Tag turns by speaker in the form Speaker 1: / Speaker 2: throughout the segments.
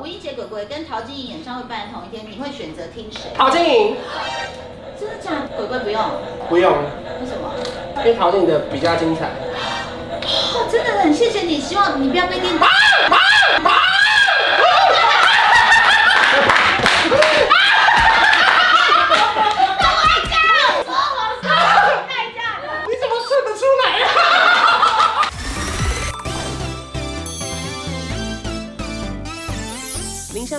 Speaker 1: 胡一杰鬼鬼跟陶晶莹演唱会办在同一天，你会选择听谁？
Speaker 2: 陶晶莹
Speaker 1: 真的假的？鬼鬼不用，
Speaker 2: 不用，
Speaker 1: 为什么？
Speaker 2: 因为陶晶莹的比较精彩。
Speaker 1: 哦，真的很谢谢你，希望你不要被
Speaker 2: Oh
Speaker 1: 电。 哦
Speaker 2: 你怎么吃得出来啊呀、 您现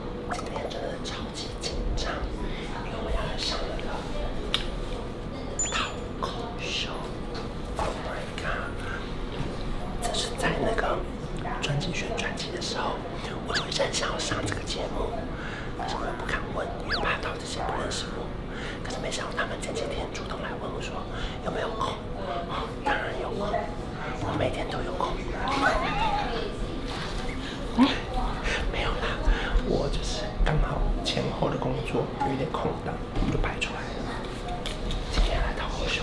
Speaker 2: 今天真的超级紧张，因为我要上那个掏空秀。Oh my god！这是在那个专辑选专辑的时候，我就一直很想要上这个节目，可是我又不敢问，因为怕到这些不认识我。可是没想到他们前几天主动来问我说有没有空，哦当然有空，我每天都有空。没有啦，我就是刚好前后的工作有一点空档，我就排出来了。今天来讨秀，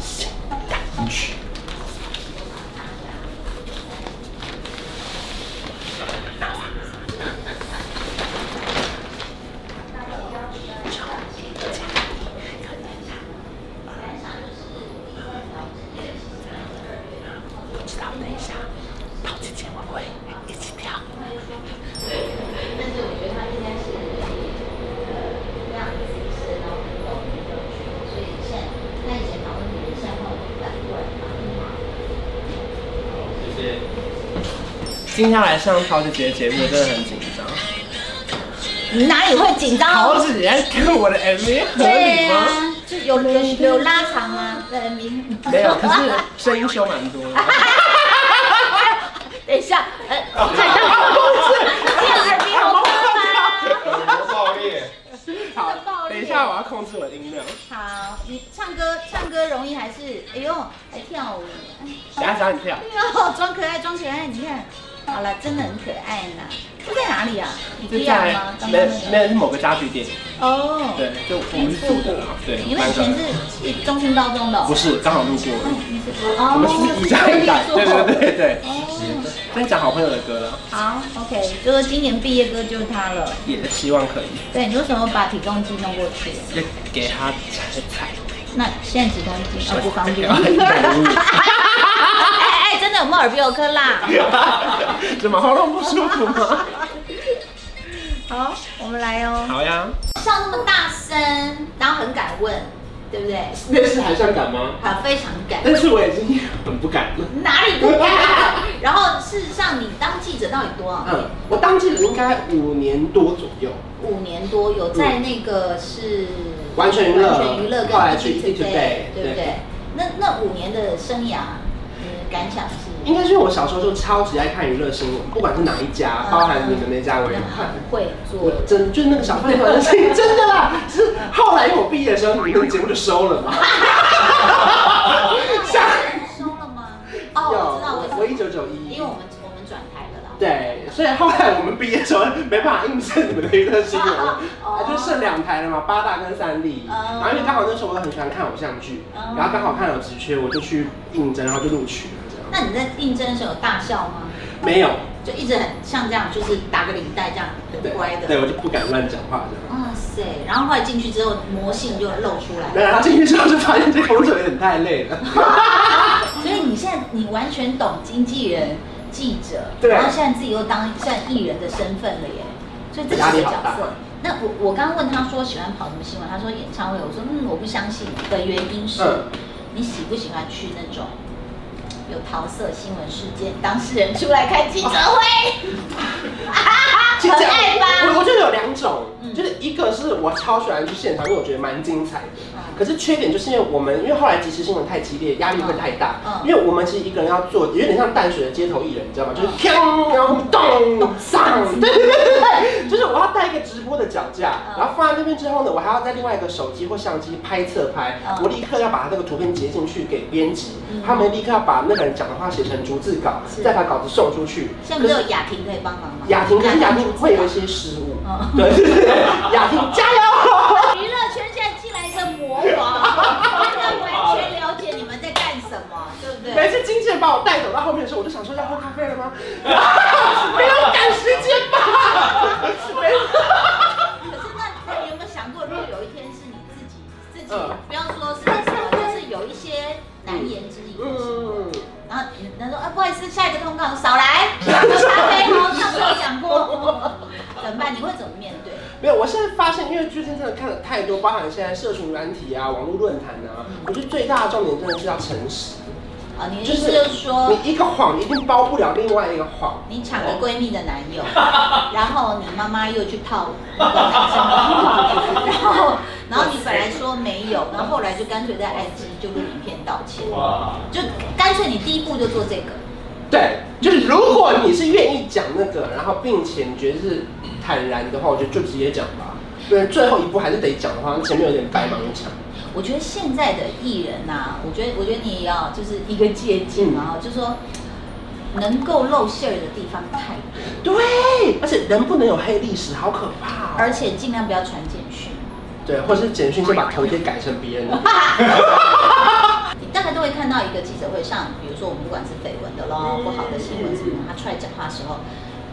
Speaker 2: 性感曲。不知道等一下陶姐姐会不会一起跳？今天来上陶姐姐的节目真的很紧张。
Speaker 1: 你哪里会紧张？
Speaker 2: 陶姐姐看我的 MV 合
Speaker 1: 对
Speaker 2: 理
Speaker 1: 啊
Speaker 2: 吗？，
Speaker 1: 就有有有拉长吗？呃，明
Speaker 2: 没有，可是声音修蛮多的。
Speaker 1: 等一下，呃， 这样还没有分吗？
Speaker 3: 爆裂，
Speaker 2: 好，等一下我要控制我的音量。
Speaker 1: 好，你唱歌唱歌容易还是？哎呦，还跳舞。
Speaker 2: 等一下只要你跳
Speaker 1: 哎，呦，装可爱，装可爱，你看，好了，真的很可爱呢。这在哪里啊？你
Speaker 2: 就
Speaker 1: 这样吗
Speaker 2: 在？
Speaker 1: 刚
Speaker 2: 没
Speaker 1: 刚
Speaker 2: 有
Speaker 1: 那
Speaker 2: 没
Speaker 1: 个
Speaker 2: 有是某个家具店，
Speaker 1: 哦，
Speaker 2: 对，就我们是住的啦，对，
Speaker 1: 你们以前是中心高中的哦、
Speaker 2: 不是刚好路过，
Speaker 1: 你是
Speaker 2: 我
Speaker 1: 哦，
Speaker 2: 们是一家一家，对对对对，
Speaker 1: 哦，
Speaker 2: 在讲好朋友的歌了，
Speaker 1: 好，OK，就是今年毕业歌就是他了。
Speaker 2: 也希望可以
Speaker 1: 对，你为什么把体重机弄过去？
Speaker 2: 也给他踩踩，
Speaker 1: 那现在体重机哦不方 便。
Speaker 2: 哎
Speaker 1: 哎哎，真的有没有耳鼻喉科啦？
Speaker 2: 怎么喉咙不舒服吗？
Speaker 1: 好，我们来哦。
Speaker 2: 好呀，
Speaker 1: 笑那么大声，然后很敢问，对不对？
Speaker 2: 那是还算敢吗？
Speaker 1: 好，非常敢。
Speaker 2: 但是我已经很不敢了。
Speaker 1: 哪里不敢？然后事实上，你当记者到底多少年？
Speaker 2: 嗯，我当记者应该五年多左右，
Speaker 1: 五年多，有在那个是
Speaker 2: 完全娱乐
Speaker 1: 完全娱乐
Speaker 2: 后来
Speaker 1: 跟
Speaker 2: 去
Speaker 1: ET Today，
Speaker 2: ETtoday，
Speaker 1: 对不对
Speaker 2: 对？
Speaker 1: 那那五年的生涯，嗯，感想是
Speaker 2: 应该是因为我小时候就超级爱看娱乐新闻，不管是哪一家，包含你们那家我也看。
Speaker 1: 很会做
Speaker 2: 我。真就是那个小饭团的事情，真的啦。是后来因为我毕业的时候，你们那个节目就收了嘛。 像
Speaker 1: 收了吗？哦，我知道为什
Speaker 2: 我
Speaker 1: 么，
Speaker 2: 一九九一
Speaker 1: 因为，我们我们转台了啦。
Speaker 2: 对，所以后来我们毕业的时候没办法印证你们的娱乐新闻了，
Speaker 1: 哦
Speaker 2: 就剩两台了嘛，八大跟三立。
Speaker 1: 哦
Speaker 2: 然后因为刚好那时候我很喜欢看偶像剧，
Speaker 1: 哦
Speaker 2: 然后刚好看有职缺，我就去应征，然后就录取了这样。
Speaker 1: 那你在应征的时候有大笑吗？
Speaker 2: 没 有，
Speaker 1: 就一直很像这样，就是打个领带这样，很
Speaker 2: 对
Speaker 1: 乖的。
Speaker 2: 对，我就不敢乱讲话这样。
Speaker 1: 哇塞！然后后来进去之后，魔性就露出来了。
Speaker 2: 没有，然后进去之后就发现这工作有点太累 了。
Speaker 1: 所以你现在你完全懂经纪人、记者，
Speaker 2: 对
Speaker 1: 然后现在自己又当像艺人的身份了耶，所以这
Speaker 2: 压
Speaker 1: 几
Speaker 2: 力
Speaker 1: 个
Speaker 2: 好
Speaker 1: 角
Speaker 2: 大
Speaker 1: 色。那我我刚刚问他说喜欢跑什么新闻，他说演唱会，我说嗯我不相信的原因是、
Speaker 2: 嗯
Speaker 1: 你喜不喜欢去那种有桃色新闻事件，当事人出来开记者会，
Speaker 2: 其实
Speaker 1: 很爱吧
Speaker 2: 我我觉得有两种
Speaker 1: 嗯，
Speaker 2: 就是一个是我超喜欢去现场，因为我觉得蛮精彩的。
Speaker 1: 嗯
Speaker 2: 可是缺点就是因为我们，因为后来即时新闻太激烈，压力会太大。
Speaker 1: 嗯嗯
Speaker 2: 因为我们其实一个人要做，有点像淡水的街头艺人，你知道吗？就是锵，然后咚上，对对对对，就是我要带一个直播的脚架，
Speaker 1: 嗯
Speaker 2: 然后放在那边之后呢，我还要在另外一个手机或相机拍侧拍，
Speaker 1: 嗯
Speaker 2: 我立刻要把他这个图片截进去给编辑
Speaker 1: 嗯，
Speaker 2: 他们立刻要把那个人讲的话写成逐字稿，
Speaker 1: 是
Speaker 2: 再把稿子送出去。
Speaker 1: 现在不是有雅婷可以帮忙吗？
Speaker 2: 雅婷，可是雅婷
Speaker 1: 主持
Speaker 2: 会有一
Speaker 1: 人
Speaker 2: 些失误，
Speaker 1: 嗯
Speaker 2: 对，雅婷加油！
Speaker 1: 娱乐圈现在进来一个魔王，大家完全了解你们在干什么，对不
Speaker 2: 每
Speaker 1: 对？
Speaker 2: 次经纪人把我带走到后面的时候，我就想说要喝咖啡了 吗？没有赶时间吧？没有
Speaker 1: 可是那那你有没有想过，如果有一天是你自己自己，
Speaker 2: 嗯
Speaker 1: 不要说是什么，就是有一些难言之隐的事情，
Speaker 2: 嗯，
Speaker 1: 然后人说啊，不好意思，下一个通告少 来，喝咖啡哦，上次有讲过， 怎么办？你会怎么面对？
Speaker 2: 没有。我现在发现，因为最近真的看了太多，包含现在社群软体啊、网络论坛啊，我觉得最大的重点真的是要诚实。
Speaker 1: 啊，你的意思就是说，
Speaker 2: 你一个谎一定包不了另外一个谎。
Speaker 1: 你抢了闺蜜的男友， 然后你妈妈又去套那个男生的，然后然后你本来说没有，然后后来就干脆在 IG 就跟影片道歉，
Speaker 3: 哇，
Speaker 1: 就干脆你第一步就做这个，
Speaker 2: 对，就是如果你是愿意讲那个，然后并且你觉得是坦然的话，我觉得就直接讲吧。对，最后一步还是得讲的话，前面有点白忙一场。
Speaker 1: 我觉得现在的艺人呐、我觉得我觉得你也要就是一个借鉴啊，就说能够露馅儿的地方太多，
Speaker 2: 对，而且人不能有黑历史，好可怕、哦。
Speaker 1: 而且尽量不要传简讯，
Speaker 2: 对，或者是简讯先把头贴改成别人的。
Speaker 1: 你大概都会看到一个记者会上，比如说我们不管是绯闻的咯，不好的新闻什么的，他出来讲话的时候，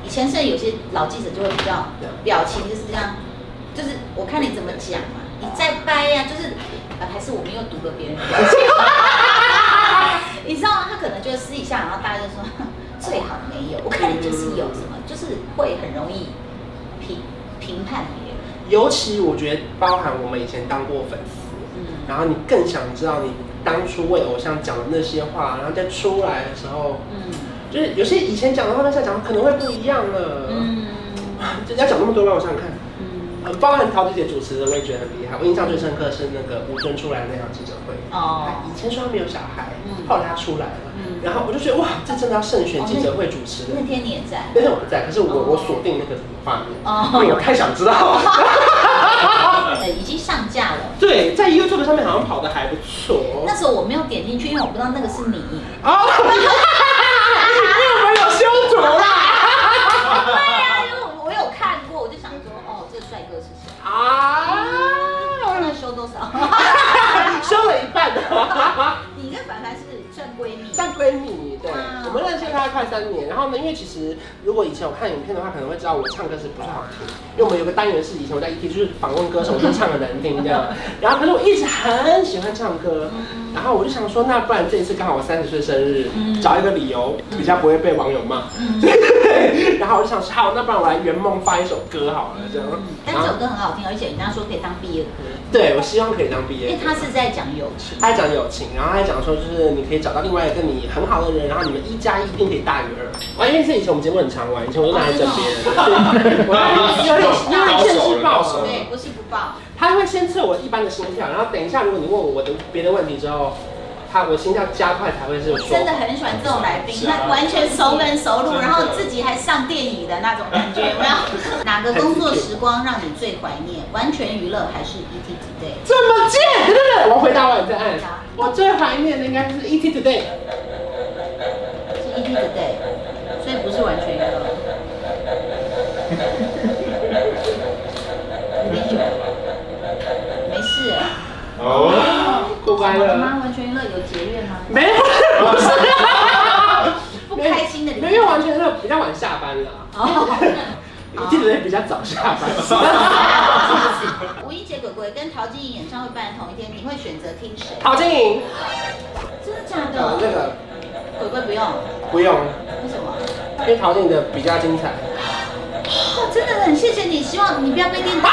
Speaker 1: 以前是有些老记者就会比较
Speaker 2: 对
Speaker 1: 表情就是这样，就是我看你怎么讲嘛，你再掰呀、就是、呃还是我们又读了别 人的表情，你知道吗？他可能就私底下，然后大家就说 哼最好没有，我看你就是有什么，就是会很容易评评判别人，
Speaker 2: 尤其我觉得包含我们以前当过粉丝，
Speaker 1: 嗯
Speaker 2: 然后你更想知道你当初为偶像讲的那些话，然后再出来的时候，
Speaker 1: 嗯
Speaker 2: 就是有些以前讲的话，跟现在讲的可能会不一样了。 嗯，
Speaker 1: 嗯
Speaker 2: 要讲那么多，让我想想看。
Speaker 1: 嗯
Speaker 2: 呃，包含桃子姐主持的，我也觉得很厉害。我印象最深刻是那个吴尊出来的那场记者会，
Speaker 1: 哦
Speaker 2: 她。哎以前说她没有小孩，
Speaker 1: 嗯
Speaker 2: 后来她出来了，
Speaker 1: 嗯哦
Speaker 2: 然后我就觉得哇，这真的要慎选记者会主持人。
Speaker 1: 那天你也在。
Speaker 2: 那天我不在，可是我
Speaker 1: 哦
Speaker 2: 我锁定那个画面，
Speaker 1: 哦
Speaker 2: 因为我太想知道。
Speaker 1: 呃，已经上架了。
Speaker 2: 对，在 YouTube 上面好像跑的还不错。
Speaker 1: 那时候我没有点进去，因为我不知道那个是你。
Speaker 2: 哦，因为我们有修图啊啦。
Speaker 1: 对啊呀、因为我我有看过，我就想说，哦，这个帅哥是谁？那
Speaker 2: 啊，
Speaker 1: 修多少？
Speaker 2: 修了一半。
Speaker 1: 你跟凡凡是算闺蜜，
Speaker 2: 像闺蜜，对
Speaker 1: 哇，
Speaker 2: 我们认识大概快三年。然后呢，因为其实如果以前我看影片的话，可能会知道我唱歌是不太好听，因为我们有个单元是以前我在 ET 就是访问歌手，我就唱的难听 这样。然后可是我一直很喜欢唱歌，然后我就想说，那不然这一次刚好我三十岁生日
Speaker 1: 嗯，
Speaker 2: 找一个理由比较不会被网友骂。
Speaker 1: 嗯
Speaker 2: 然后我就想说，好，那不然我来圆梦发一首歌好了，这样。
Speaker 1: 嗯但这首歌很好听，而且人家说可以当毕业歌，
Speaker 2: 对，我希望可以当毕
Speaker 1: 因
Speaker 2: 业
Speaker 1: 为
Speaker 2: 歌。
Speaker 1: 他是在讲友情。
Speaker 2: 他讲友情，然后他讲说就是你可以找到另外一个你很好的人，然后你们一加一一定可以大于二。啊，因为是以前我们节目很常玩，以前我都拿来整别人，对我有点有点现实报手。
Speaker 1: 对，不是不报，
Speaker 2: 他会先测我一般的心跳，然后等一下如果你问我我的别的问题之后，他我心跳加快才会是有说
Speaker 1: 真的很喜欢这种来宾，那完全熟门熟路，然后自己还上电影的那种感觉，有没有？哪个工作时光让你最怀念？完全娱乐还是 E ET Today？
Speaker 2: 这么贱，对对对，我回答完再按。我最怀念的应该是 ET Today。
Speaker 1: 是 ET Today，所以不是完全娱乐。有点久，没事欸。
Speaker 3: 哦，
Speaker 2: 过关
Speaker 1: 我的妈，
Speaker 2: 了。
Speaker 1: 完全娱乐有节约吗？
Speaker 2: 没有，不是，
Speaker 1: 不开心的理由
Speaker 2: 没有，因为完全是比较晚下班了。
Speaker 1: 哦。
Speaker 2: 我记得比较早下班。
Speaker 1: 好五一节鬼鬼跟陶晶莹演唱会办在同一天，你会选择听谁？
Speaker 2: 陶晶莹，
Speaker 1: 真的假
Speaker 2: 呃，那
Speaker 1: 的？鬼
Speaker 2: 个
Speaker 1: 鬼不用，
Speaker 2: 不用，
Speaker 1: 为什么？
Speaker 2: 因为陶晶莹的比较精彩。
Speaker 1: 哦，真的很谢谢你，希望你不要被电到。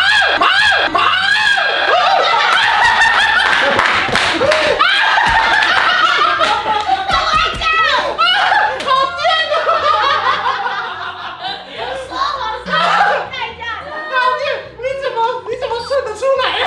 Speaker 2: 啊陶晶，你怎么你怎么测得出来呀、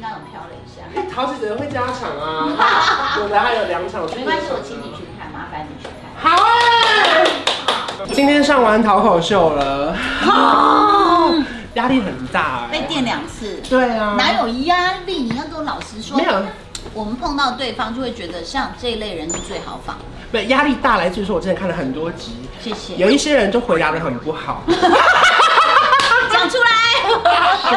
Speaker 1: 刚有飘了一下，
Speaker 2: 陶姐姐会加场 啊，我们还有两场，
Speaker 1: 没关系，我请你去看，麻烦你去看。
Speaker 2: 好哎、今天上完逃口秀了，压力很大哎、
Speaker 1: 被电两次，
Speaker 2: 对啊，
Speaker 1: 哪有压力？你要跟我老实说。
Speaker 2: 没有
Speaker 1: 我们碰到对方就会觉得像这一类人是最好仿的。
Speaker 2: 不压力大来自于说，我之前看了很多集，
Speaker 1: 谢谢。
Speaker 2: 有一些人就回答的很不好，
Speaker 1: 讲出来。谁？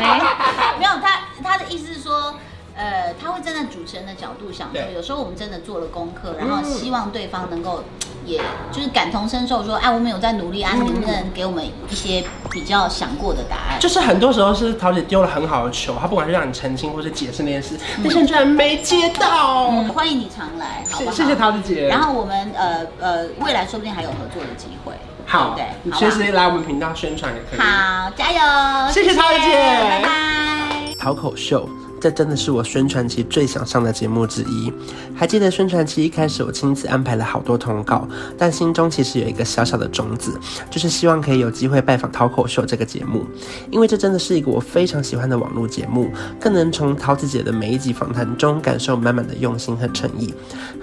Speaker 1: 没有他，他的意思是说，呃，他会站在主持人的角度想说，
Speaker 2: 对嗯
Speaker 1: 有时候我们真的做了功课，然后希望对方能够，也就是感同身受，说，哎、我们有在努力啊，
Speaker 2: 嗯
Speaker 1: 你能不能给我们一些比较想过的答案？
Speaker 2: 就是很多时候是桃姐丢了很好的球，她不管是让你澄清或是解释那件事，但是你居然没接到，
Speaker 1: 嗯，欢迎你常来，好不
Speaker 2: 谢
Speaker 1: 好？
Speaker 2: 谢谢。桃子姐，
Speaker 1: 然后我们呃呃，未来说不定还有合作的机会。
Speaker 2: 好
Speaker 1: 对，
Speaker 2: 你
Speaker 1: 好
Speaker 2: 随
Speaker 1: 吧
Speaker 2: 时来我们频道宣传也可以。
Speaker 1: 好，加油！
Speaker 2: 谢谢桃姐
Speaker 1: 拜拜。
Speaker 2: 逃口秀，这真的是我宣传期最想上的节目之一。还记得宣传期一开始，我亲自安排了好多通告，但心中其实有一个小小的种子，就是希望可以有机会拜访逃口秀这个节目，因为这真的是一个我非常喜欢的网络节目，更能从桃子姐的每一集访谈中感受满满的用心和诚意。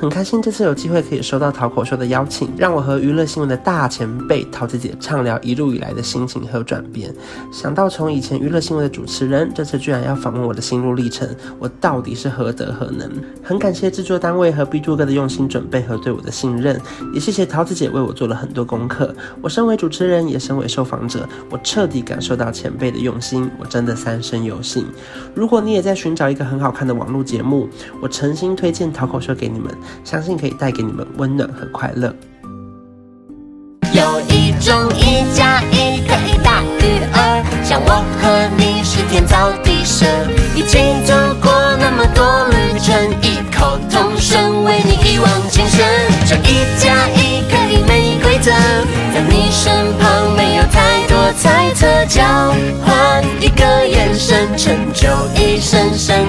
Speaker 2: 很开心这次有机会可以收到逃口秀的邀请，让我和娱乐新闻的大前辈桃子姐畅聊一路以来的心情和转变。想到从以前娱乐新闻的主持人，这次居然要访问我的心路历程，我到底是何德何能？很感谢制作单位和 B 柱哥的用心准备和对我的信任，也谢谢桃子姐为我做了很多功课。我身为主持人，也身为受访者，我彻底感受到前辈的用心，我真的三生有幸。如果你也在寻找一个很好看的网络节目，我诚心推荐逃口秀给你们，相信可以带给你们温暖和快乐。
Speaker 3: 有一种一加一可以大于二，像我和你是天造地设，一起走过那么多旅程，异口同声为你一往情深。这一加一可以没规则，在你身旁没有太多猜测，交换一个眼神，成就一生深